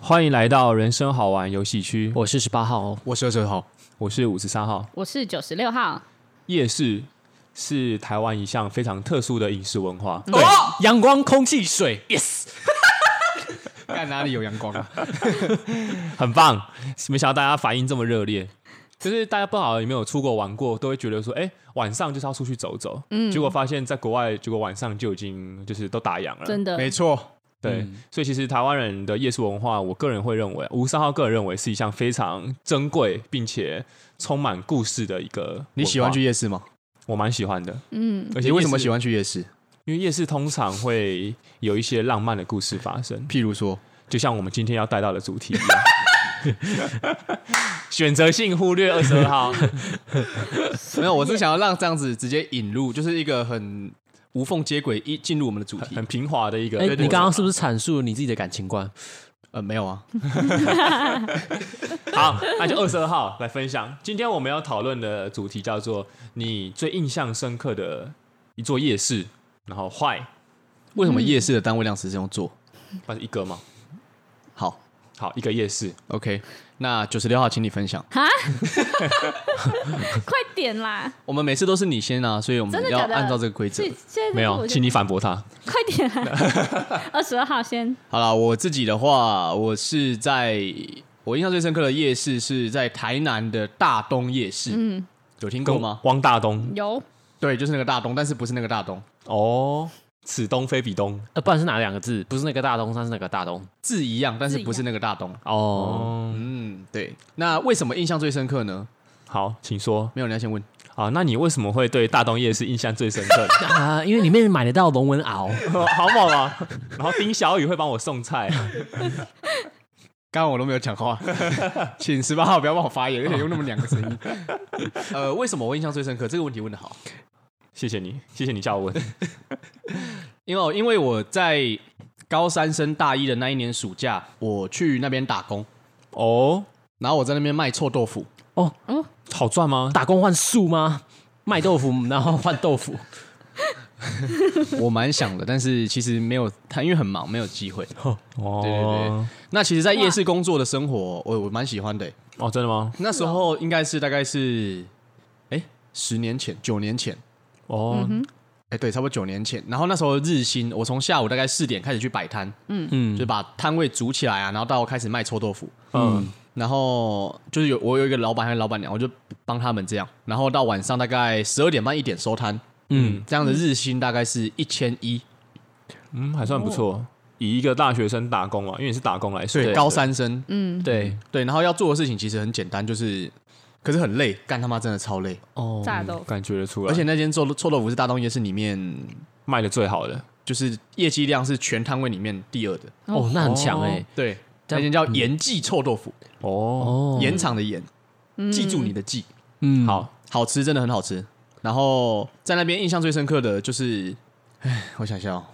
欢迎来到人生好玩游戏区，我是十八号、哦，我是二十号，我是五十三号。我是九十六号，夜市是台湾一项非常特殊的饮食文哦化，对，阳光、空气、水，yes，看哪里有阳光啊？很棒。没想到大家反应这么热烈，就是大家不好有没有出国玩过，都会觉得说，哎，晚上就是要出去走走。嗯，结果发现在国外，结果晚上就已经就是都打烊了。真 的没错，对，所以其实台湾人的夜市文化，我个人会认为，吴三号个人认为是一项非常珍贵并且充满故事的一个。你喜欢去？夜市吗？我蛮喜欢的。嗯，而且你为什么夜市喜？欢去夜市？因为夜市通常会有一些浪漫的故事发生，譬如说，就像我们今天要带到的主题一样。 选择性忽略二十二号，嗯没有，我是想要让这样子直接引入，就是一个很无缝接轨，一进入我们的主题很。平滑的一个。哎、对你刚刚是不是阐述了你自己的感情观？呃，没有啊，好，那就二十二号来分享。今天我们要讨论的主题叫做你最印象深刻的一座夜市，然后坏，为什么夜市的单位量词是用做？算是一个吗？好好，一个夜市。 ，OK，那九十六号，请你分享。 快点啦！我们每次都是你先啊，所以我真们的要假的按照这个规则所。以现在没有，请你你反驳他。快点啦！ 二十二号先，好了，我自己的话，我是在我印象最深刻的夜市是在台南的大东夜市，嗯，有听过吗？汪大东有对，就是那个大东，但是不是那个大东，哦，此东非彼东呃，不然是哪两个字？不是那个大东，它是那个大东字一样，但是不是那个大东。哦。哦。嗯，对。那为什么印象最深刻呢？好，请说没有，你要先问。啊。那你为什么会对大东夜市印象最深刻？ 啊，因为里面买得到龙纹袄，好猛啊！然后丁小雨会帮我送菜，刚刚我都没有讲 话，请十八号不要帮我发言，而且用那么两个声音。 呃，为什么我印象最深刻？这个问题问的好，谢谢你，谢谢你叫我 问。因为我因为我在高三升大一的那一年暑假，我去那边打工，哦，然后我在那边卖臭豆腐。好赚吗？打工换树吗？卖豆腐，然后换豆腐。我蛮想的，但是其实没有他，因为很忙，没有机会。 哦，对对那其实，在夜市工作的生活，我我蛮喜欢的欸、哦，真的吗？那时候应该是大概是，哎、十年前，九年前，哦，哎、对，差不多九年前。然后那时候日薪，我从下午大概四点开始去摆摊，嗯嗯，就是把摊位组起来啊，然后到开始卖臭豆腐，嗯，然后就是有我有一个老板还有老板娘，我就帮他们这样，然后到晚上大概十二点半一点收摊，嗯，这样的日薪大概是一千一，嗯，还算不错。以一个大学生打工啊嘛，因为你是打工来说，哦对，高三生，对，对，然后要做的事情其实很简单，就是，可是很累，干他妈真的超累。哦，炸豆腐，感觉得出来，而且那间臭臭豆腐是大东夜市里面，卖的最好的。就是业绩量是全摊位里面第二的。哦，那很强哎、对，那间叫盐记臭豆腐，哦，哦，盐场的盐，记住你的记，嗯，好，好吃，真的很好吃。然后在那边印象最深刻的就是，哎，我想一下哦，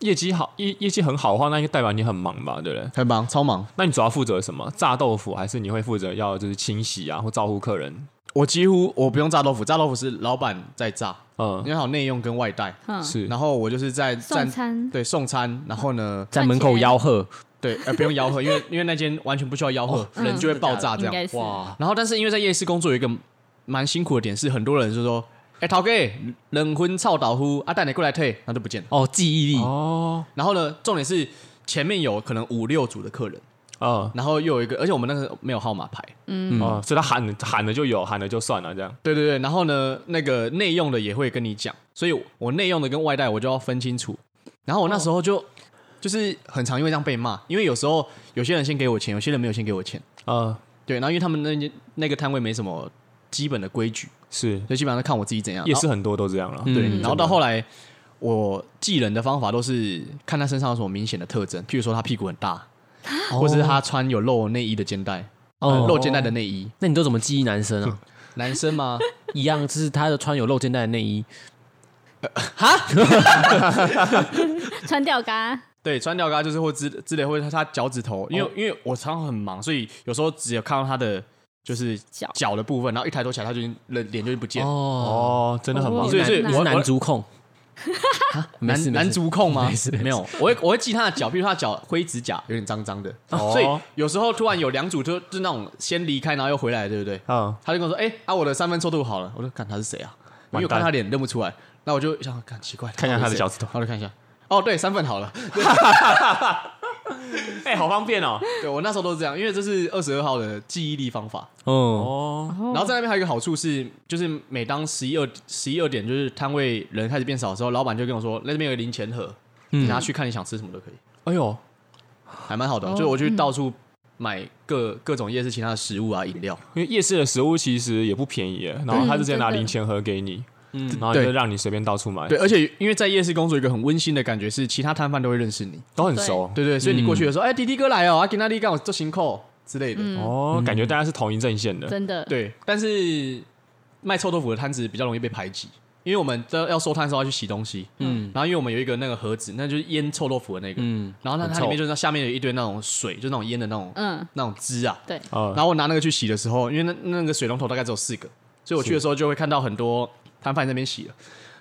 业绩好，业业绩很好的话，那应该代表你很忙吧，对不对？很忙，超忙。那你主要负责什么？炸豆腐，还是你会负责要就是清洗啊，或照顾客人？我几乎我不用炸豆腐，炸豆腐是老板在炸，因嗯，为好内用跟外带。嗯，是。然后我就是在送站餐对送餐，然后呢，在门口吆喝，哦对，呃，不用吆喝，因为因为那间完全不需要吆喝，人就会爆炸这嗯应样。该是哇，然后，但是因为在夜市工作有一个蛮辛苦的点是，很多人就说：“哎、陶哥，冷婚操倒呼，阿蛋你过来退，然后就不见了。哦，记忆力，哦，然后呢，重点是前面有可能五六组的客人，嗯，然后又有一个，而且我们那个没有号码牌，哦，所以他喊喊了就有，喊了就算了，这样。对对对。然后呢，那个内用的也会跟你讲，所以我内用的跟外带我就要分清楚。然后我那时候就、就是很常因为这样被骂，因为有时候有些人先给我钱，有些人没有先给我钱。嗯，对，然后因为他们那间那个摊位没什么基本的规矩，是，所以基本上都看我自己怎样。也是很多都这样了。然后对，嗯然后到后来我记人的方法都是看他身上有什么明显的特征，譬如说他屁股很大，或者是他穿有露内衣的肩带，呃露哦，肩带的内衣。那你都怎么记忆男生啊？男生吗？一样，就是他的穿有露肩带的内衣，穿吊嘎，对，穿吊嘎就是或之之类，或者他脚趾头，因为、因为我常常很忙，所以有时候只有看到他的就是脚脚的部分，然后一抬头起来，他就已经人脸就不见了。哦，哦，真的很忙哦。所以所以那你是我男足控，啊没事男男足控吗没事？没有，我会我会记他的脚，比如他脚灰指甲有点脏脏的，所以有时候突然有两组就就那种先离开然后又回来，对不对？嗯，他就跟我说：“哎、啊，我的三分臭度好了。”我就看他是谁啊，因为完我蛋看他脸认不出来，那我就想看奇怪，看一下他的脚趾头头，我就看一下。哦，对，三份好了。哎、好方便哦。对我那时候都是这样，因为这是二十二号的记忆力方法。嗯，哦，然然后在那边还有一个好处是，就是每当十一二十一二点，就是摊位人开始变少的时候，老板就跟我说：“那边有个零钱盒，你拿去看你想吃什么都可以。”哎呦，还蛮好的，哦就是我去到处买各各种夜市其他的食物啊、饮料。因为夜市的食物其实也不便宜耶，然后他就直接拿零钱盒给你，然后就对让你随便到处买，对，，而且因为在夜市工作，有一个很温馨的感觉是，其他摊贩都会认识你。都很熟。对对，所以你过去的时候，哎，弟弟哥来哦，啊，给那里干我做行扣之类的。哦，感觉大家是同一阵线的。真的，对，但是卖臭豆腐的摊子比较容易被排挤，因为我们都要收摊的时候要去洗东西。嗯，然后因为我们有一个那个盒子，那就是腌臭豆腐的那个。嗯，然后那它里面就是下面有一堆那种水，就是那种腌的那种嗯，那种汁啊。对，啊，然后我拿那个去洗的时候，因为那那个水龙头大概只有四个，所以我去的时候就会看到很多摊贩在那边洗了。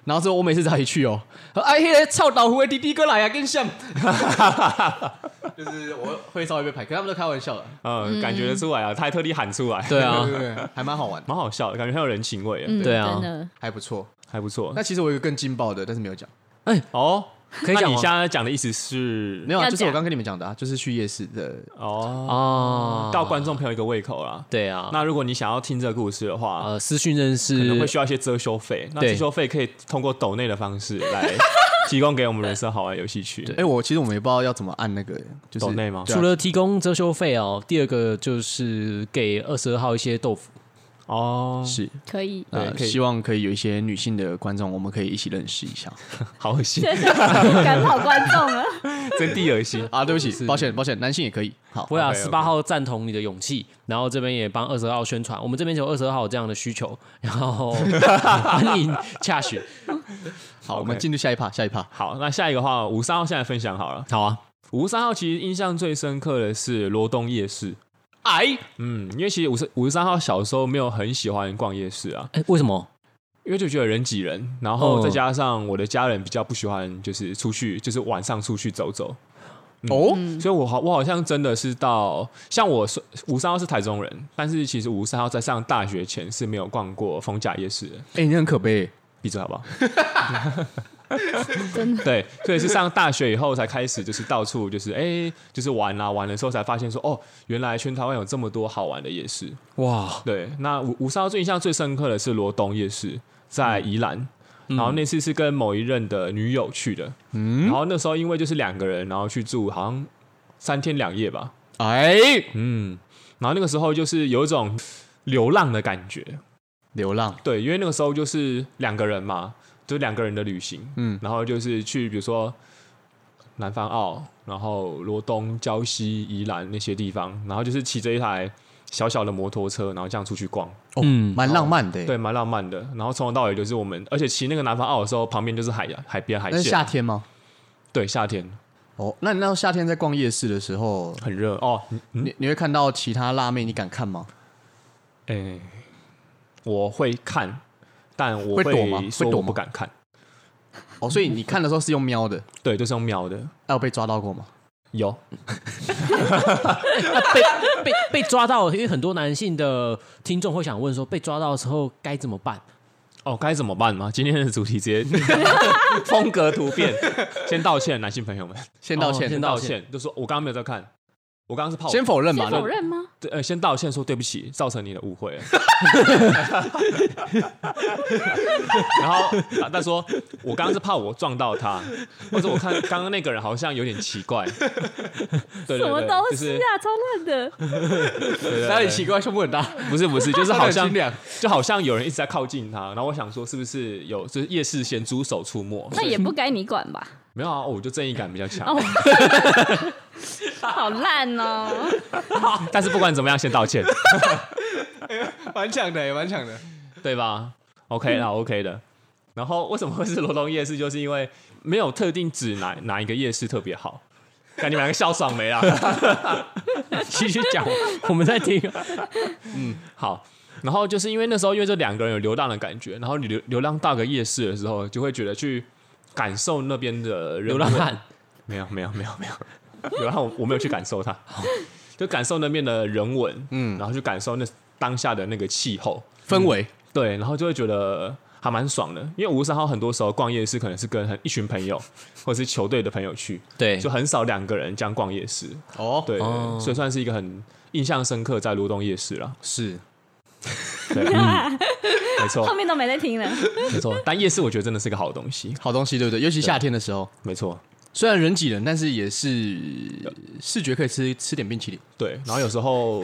然后之后我每次只要一去哦，说哎嘿，臭豆腐的弟弟哥来啊，跟像， 就是我会稍微被排，可他们都开玩笑的，嗯，感觉得出来啊，他还特地喊出来，对啊，对，还蛮好玩，蛮好笑的，感觉很有人情味耶，嗯，对啊真的，还不错。还不错那。其实我有一个更劲爆的，但是没有讲，哦，可以讲那吗你现在讲的意思是没有啊，要就是我讲刚跟你们讲的，啊，就是去夜市的，哦，哦，到观众朋友一个胃口啦。对啊，那如果你想要听这个故事的话，呃，私讯认可能识会需要一些遮羞费，那对遮羞费可以通过抖内的方式来 提供给我们人生好玩游戏区。哎，我其实我们也不知道要怎么按那个，就是抖内吗对啊除了提供遮羞费哦，第二个就是给二十二号一些豆腐。哦，是，可以，对呃可以希望可以有一些女性的观众，我们可以一起认识一下。好恶心，赶跑观众了， 真地恶心。啊，对不起，抱歉，抱歉，男性也可以。好不，会啊，十 OK，OK 八号赞同你的勇气，然后这边也帮二十二号宣传，我们这边就有二十二号有这样的需求，然后 欢迎洽询。好， OK 我们进入下一趴，下一趴。好，那下一个的话，五三号现在分享好了。好啊，五十三号其实印象最深刻的是罗东夜市。哎，嗯，因为其实五十五十三号小时候没有很喜欢逛夜市啊，哎，为什么？因为就觉得人挤人，然后再加上我的家人比较不喜欢，就是出去，就是晚上出去走走，嗯哦，所以我好我好像真的是到像我是五十三号是台中人，但是其实五十三号在上大学前是没有逛过逢甲夜市的，哎，你很可悲。闭嘴好不好？ 真的对，所以是上大学以后才开始，就是到处就是哎、就是玩啊玩的时候才发现说，哦，原来全台湾有这么多好玩的夜市。哇，对，那五五三号最印象最深刻的是罗东夜市，在宜兰。嗯然后那次是跟某一任的女友去的，嗯，然后那时候因为就是两个人，然后去住好像三天两夜吧，哎，嗯，然后那个时候就是有一种流浪的感觉，流浪，对，因为那个时候就是两个人嘛，就是两个人的旅行，嗯嗯，然后就是去比如说南方澳，然后罗东、礁溪、宜兰那些地方，然后就是骑着一台小小的摩托车，然后这样出去逛，哦，嗯蛮浪漫的。对，，蛮浪漫的。然后从头到尾就是我们，而且骑那个南方澳的时候，旁边就是海海边海那是夏线，天吗？对，夏天哦，那你那时候夏天在逛夜市的时候，很热哦，嗯嗯，你你会看到其他辣妹，你敢看吗？哎、我会看，但我会躲吗会说躲我吗不敢看，哦，所以你看的时候是用瞄的，对，就是用瞄的，那有被抓到过吗？有。被 被抓到，因为很多男性的听众会想问说，被抓到的时候该怎么办？哦，该怎么办吗？今天的主题 直接风格突变，先道歉，男性朋友们，先道歉，哦先先道道歉歉，就说我刚刚没有在看，我刚刚是泡，先否认吧先。那否认吗？对呃先道歉说对不起，造成你的误会了， 然后啊他说我刚刚是怕我撞到他，或者我看刚刚那个人好像有点奇怪， 对对对，什么东就是西啊，超乱的，对对对哪里奇怪，胸部很大，不是不是，就是好像 他的斤两就好像有人一直在靠近他，然后我想说是不是有就是夜市咸猪手出没？那也不该你管吧？没有啊，我就正义感比较强。哦，好烂哦，但是不管怎么样，先道歉，蛮强的，蛮强的。对吧？OK 啦，OK 的。然后为什么会是罗东夜市？就是因为没有特定指哪哪一个夜市特别好。看你们两个笑爽没啊？ 继续讲，我们在听。 好，然后就是因为那时候因为这两个人有流浪的感觉，然后你流流浪到个夜市的时候，就会觉得去感受那边的人流文浪汉没有 没有没有没有，然后我没有去感受它， 就感受那边的人文，嗯，然后去感受那当下的那个气候，氛围，对，然后就会觉得还蛮爽的。因为五十三号很多时候逛夜市可能是跟很一群朋友或者是球队的朋友去，对就很少两个人这样逛夜市，哦，对，哦所以算是一个很印象深刻在罗东夜市了，是对，嗯、没后错面都没在听了。没错，但夜市我觉得真的是个好东西，好东西，对不对？尤其夏天的时候，没错。虽然人挤人，但是也是视觉可以吃吃点冰淇淋。对，然后有时候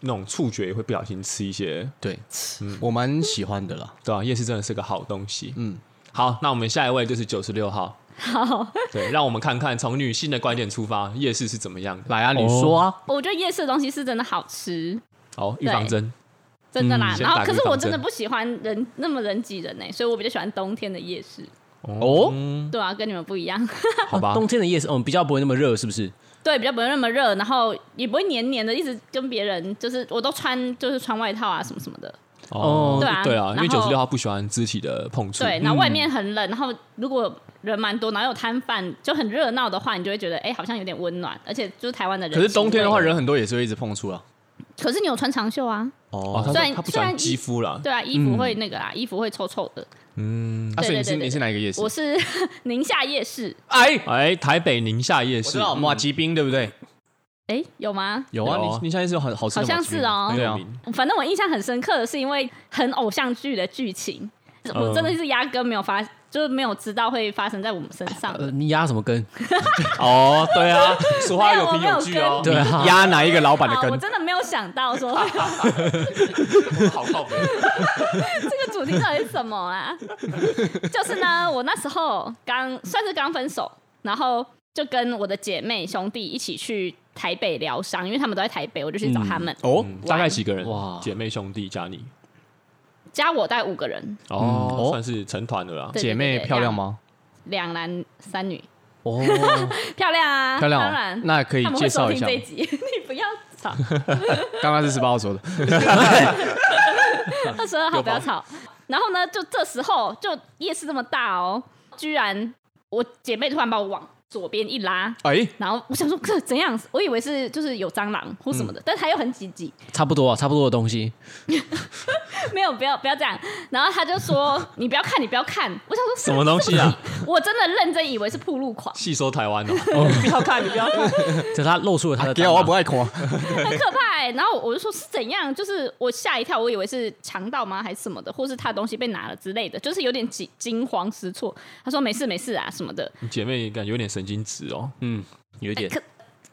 那种触觉也会不小心吃一些，对，嗯我蛮喜欢的啦。对啊，夜市真的是个好东西。嗯，好，那我们下一位就是九十六号。好，对，让我们看看从女性的观点出发，夜市是怎么样的。来啊，你说啊，我觉得夜市的东西是真的好吃，好，预防针，真的啦。嗯然后先打可是预防我真的针不喜欢人那么人挤人呢、欸所以我比较喜欢冬天的夜市。哦，对啊，跟你们不一样。好吧？冬天的夜市，嗯，比较不会那么热，是不是？对，比较不会那么热，然后也不会黏黏的，一直跟别人就是我都穿就是穿外套啊什么什么的。哦，对啊对啊，因为然九后十六号不喜欢肢体的碰触。对，然后外面很冷，然后如果人蛮多，然后有摊贩就很热闹的话，你就会觉得哎、好像有点温暖，而且就是台湾的人。可是冬天的话，，人很多，也是会一直碰触啊。可是你有穿长袖啊？哦，他哦，说虽然他不喜虽然欢肌肤啦，对啊，衣服会那个啦，衣服会臭臭的。啊，所以你对对是对对你是哪一个夜市我？是 宁夏夜市，哎，哎，台北宁夏夜我市知，道马吉冰对不对？哎、有吗？有有啊啊，你你现在是有很好吃的好像麻吉是冰哦很对有啊，名。反正我印象很深刻的是，因为很偶像剧的剧情，嗯我真的是压根没有发，就是没有知道会发生在我们身上。啊呃，你压什么根？哦，对啊，俗话没有有我凭没有据哦，对啊，压哪一个老板的啊，我根？真的没有想到说 这好靠谱。个主题到底是什么啦。 就是呢，我那时候刚算是刚分手，然后就跟我的姐妹兄弟一起去台北疗伤，因为他们都在台北，我就去找他们。哦， 嗯大概几个人？哇哇，姐妹兄弟加你，加我带五个人，哦哦，算是成团的啦。对姐妹漂亮？吗？对对对两两男三女，哦，漂亮啊，漂亮当哦然，。那可以他们介会收绍一听下吗这。一集， 你不要吵，刚刚是十八号说的，二十二号不要吵。然后呢，就这时候就夜市这么大哦，居然我姐妹突然把我往左边一拉，哎，然后我想说这怎样？我以为是就是有蟑螂或什嗯么的，但他又很积极，差不多啊，差不多的东西。 没有，不要不要这样。然后他就 说你不要看，你不要看。我想说什么东西啊？我真的认真以为是铺路 狂，细说台湾哦，不要看，你不要 看。这他露出了他的。哎啊给我我不爱看。很可怕、欸。然后我就说是怎样？就是我吓一跳，我以为是强盗吗还是什么的，或是他的东西被拿了之类的，就是有点惊惊慌失措。他说没事没事啊什么的。你姐妹感觉有点神经质哦。嗯，有一点。哎可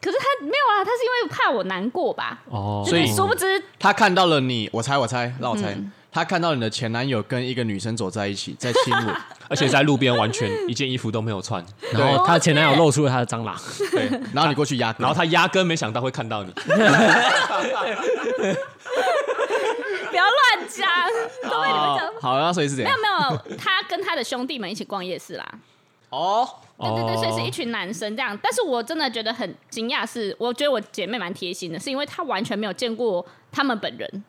可是他没有啊，他是因为怕我难过吧？哦，就是殊不知他看到了你，我猜我猜，让我嗯猜，他看到你的前男友跟一个女生走在一起，在 亲吻。而且在路边完全一件衣服都没有穿，然哎后她前男友露出了哦他的蟑螂，对，然后你过去压根，然后他压根没想到会看到你，不要乱讲， 都被你们讲。好，那所以是怎没样有？没有，他跟他的兄弟们一起逛夜市啦。哦，对对对，哦所以是一群男生这样。但是我真的觉得很惊讶，是我觉得我姐妹蛮贴心的，是因为她完全没有见过他们本人。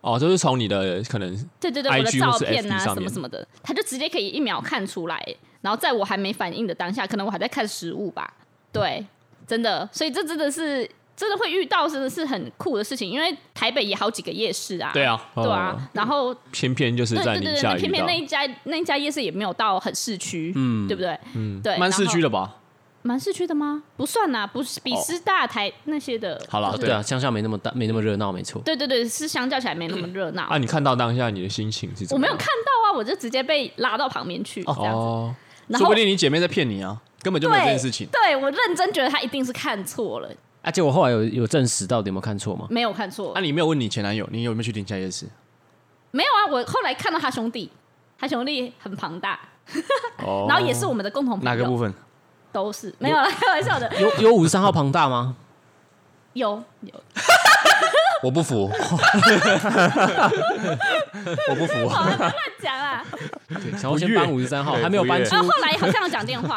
哦，就是从你的可能对对对， IG 我的照片或啊是 FB 上面什么什么的，她就直接可以一秒看出来。然后在我还没反应的当下，可能我还在看食物吧。对，真的，所以这真的是真的会遇到，真的是很酷的事情。因为台北也好几个夜市啊。对。啊，对啊，然后偏偏就是对在对宁对夏对，遇偏偏到那，一家那一家夜市也没有到很市区，嗯，对不对？嗯，对，蛮市区的，的吧？蛮市区的吗？不算啦，不是比哦师大台那些的，好了，对啊，乡下没那么大，没那么热闹，没错。对对对，是相较起来没那么热闹。啊，你看到当下你的心情是怎我么没样？有看到啊，我就直接被拉到旁边去，这样子。哦，然说后不定你姐妹在骗你啊，根本就没有这件事情对，。对我认真觉得他一定是看错了，而且我啊后来有有证实到底有没有看错吗？没有看错那，你没有问你前男友，你有没有去宁夏夜市？没有啊。我后来看到他兄弟，他兄弟很庞大，哦 然后也是我们的共同哪朋个部友，分？都是 没有啦，开玩笑的，有有五十三号庞大吗？有有，我不 服，我不服，好啦，不要乱 讲啦。想要先搬五十三号，对还没有搬出然。后后来好像有讲电话，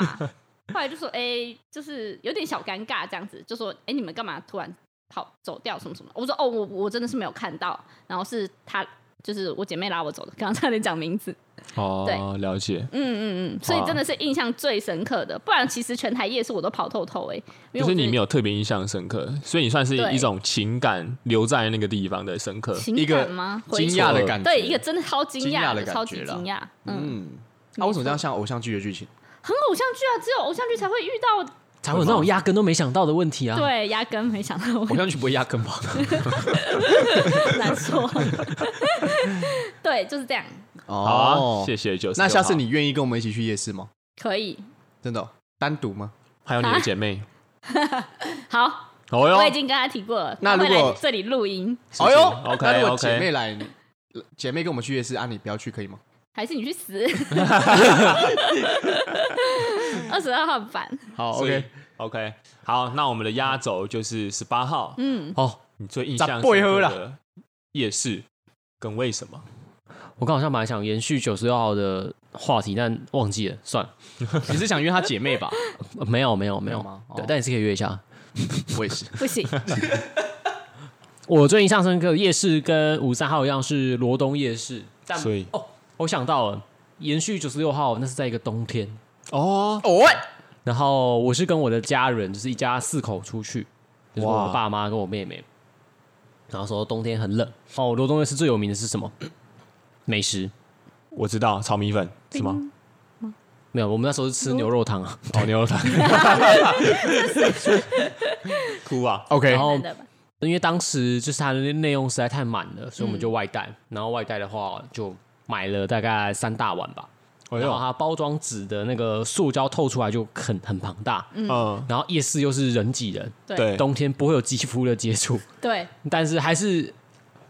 后来就说，哎、就是有点小尴尬这样子，就说，哎、你们干嘛突然跑走掉什么什么？我说，哦，我我真的是没有看到，然后是他就是我姐妹拉我走的，刚刚差点讲名字。哦，对了解，嗯嗯嗯，所以真的是印象最深刻的，不然其实全台夜市我都跑透透哎、欸，因为就我是你觉没有特别印象深刻，所以你算是对一种情感留在那个地方的深刻得。情一个感吗？回惊溯讶的感觉，对，一个真的超惊惊讶讶的感超级觉啦惊讶，嗯，嗯，那为什么这样像偶像剧的剧情？很偶像剧啊，只有偶像剧才会遇到，啊才会有那种压根都没想到的问题啊。，对，压根没想到我偶像剧不会压根吧？难说， 对，就是这样， 好啊，谢谢九十六哦那号。下次你愿意跟我们一起去夜市吗？可以，真的哦、单独吗？还有你的姐妹，好，哦啊哟我已经跟他提过了，哎那他会如果来这里录音，是哎呦 OK，那如果 OK 姐妹来，姐妹跟我们去夜市啊，你不要去可以吗？还是你 去死，二十二号很烦，好所以 OK，好，那我们的压轴就是十八号，嗯，哦，你最印象深十八刻岁的夜市跟为什么？我刚好像本来想延续九十六号的话题，但忘记了，算了， 你是想约她姐妹吧？呃 没有没有没没有有吗哦对，但也是可以约一下。我也是。不行，我最印象深刻的夜市跟五三号一样是罗东夜市，但所以哦，我想到了，延续九十六号那是在一个冬天， 哦，哦，然后我是跟我的家人，就是一家四口出去，就是哇我爸妈跟我妹妹。然后说冬天很冷哦，罗东夜市最有名的是什么？美食我知道炒米粉是吗？没有，我们那时候是吃牛肉汤啊。哦，牛肉汤，哭啊！ OK，然后真的吧因为当时就是它的内容实在太满了，所以我们嗯就外带。然后外带的话，就买了大概三大碗吧。哎然后呦，它包装纸的那个塑胶透出来就很很庞大。嗯，然后夜市又是人挤人，对对，冬天不会有肌肤的接触，对，但是还是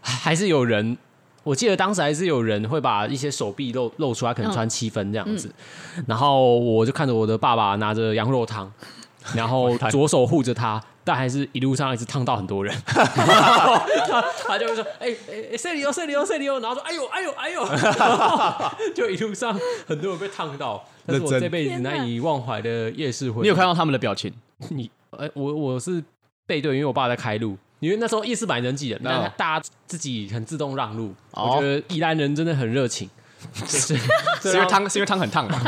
还是有人。我记得当时还是有人会把一些手臂露露出来，可能穿七分这样子。嗯然后我就看着我的爸爸拿着羊肉汤， 然后左手护着他，但还是一路上一直烫到 很多人。他就会说：“哎哎哎，这里哦，这里哦，这里哦。”然后说：“哎呦，哎呦，哎呦！”然后 就一路上很多人被烫到，但是我认真这辈子天哪难以忘怀的夜市回忆。你有看到他们的表情？你哎、我我是背对，因为我爸在开路，因为那时候夜市版人挤人，但哦大家自己很自动让路。哦我觉得宜兰人真的很热情，就是是因为汤，是因为汤很烫 吧？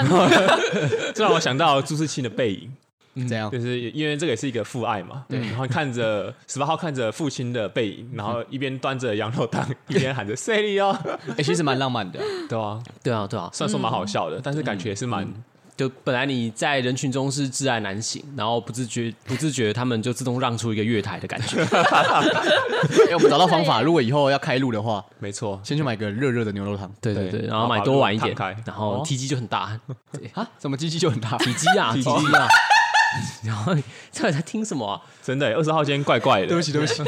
这让我想到朱自清的背影，怎样？就是因为这个也是一个父爱嘛，对，然后看着 十八号看着父亲的背影，然后一边端着羊肉 汤，一边喊着 s a l y 哦，哎，其实蛮浪 漫的。对啊，对啊对啊，虽然说蛮好笑嗯的，但是感觉也是蛮就本来你在人群中是挚爱难行，然后不自觉不自觉他们就自动让出一个月台的感觉。哎，我们找到方法，如果以后要开路的话，没错，先去买个热热的牛肉 汤对对对对，然后买把多路碗一点烫开，然后体积就很 大，啊，什么机器就很大。体积啊哦体积啊。然后你这在听什么啊？真的二十号今天怪怪的， 对不起，对不起，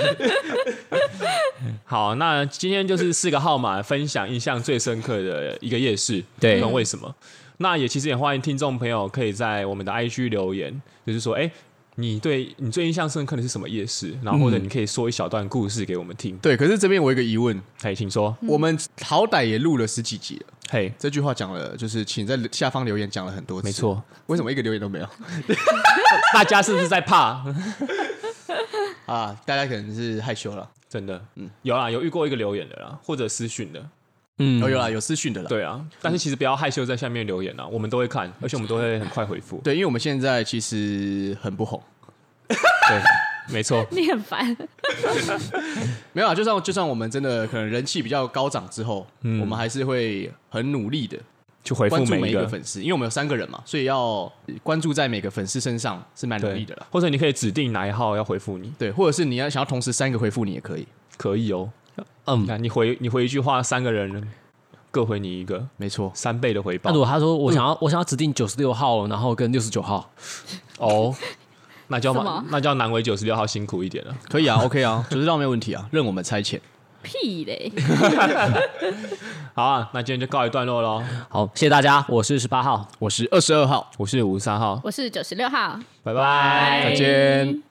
好，那今天就是四个号码分享印象最深刻的一个夜市，对跟为什么？那也其实也欢迎听众朋友可以在我们的 IG 留言，就是说，哎、你对你最印象深刻的是什么夜市？然后嗯或者你可以说一小段故事给我们听。 对。可是这边我有一个疑问，哎、请说。我们好歹也录了十几集了，嘿，这句话讲了，就是请在下方留言讲了很多次。没，错，为什么一个留言都没有 大家是不是在怕？ 啊？大家可能是害羞了。真的，嗯，有啦，有遇过一个留言的啦，或者私讯的，嗯哦有有啦，有私讯的啦。对啊。但是其实不要害羞在下面留言啦，我们都会看，而且我们都会很快回复。对，因为我们现在其实很不红，对，没错，你很烦，没有啊，就算就算我们真的可能人气比较高涨之后，我们还是会很努力的去回复关注每一一个个粉丝，因为我们有三个人嘛，所以要关注在每个粉丝身上是蛮努力的啦。或者你可以指定哪一号要回复你，对，或者是你要想要同时三个回复你也可以，可以哦。嗯。那你回你回一句话，三个人各回你一个，没错。三倍的回报那如果他说我想要我想要指定九十六号，然后跟六十九号，哦，那就要什麻么那就要南为九十六号辛苦一点了。可以啊，OK 啊，九十六没问题啊，任我们差遣。屁嘞，好啊，那今天就告一段落喽。好，谢谢大家，我是十八号，我是二十二号，我是五十三号，我是九十六号，拜拜拜再见。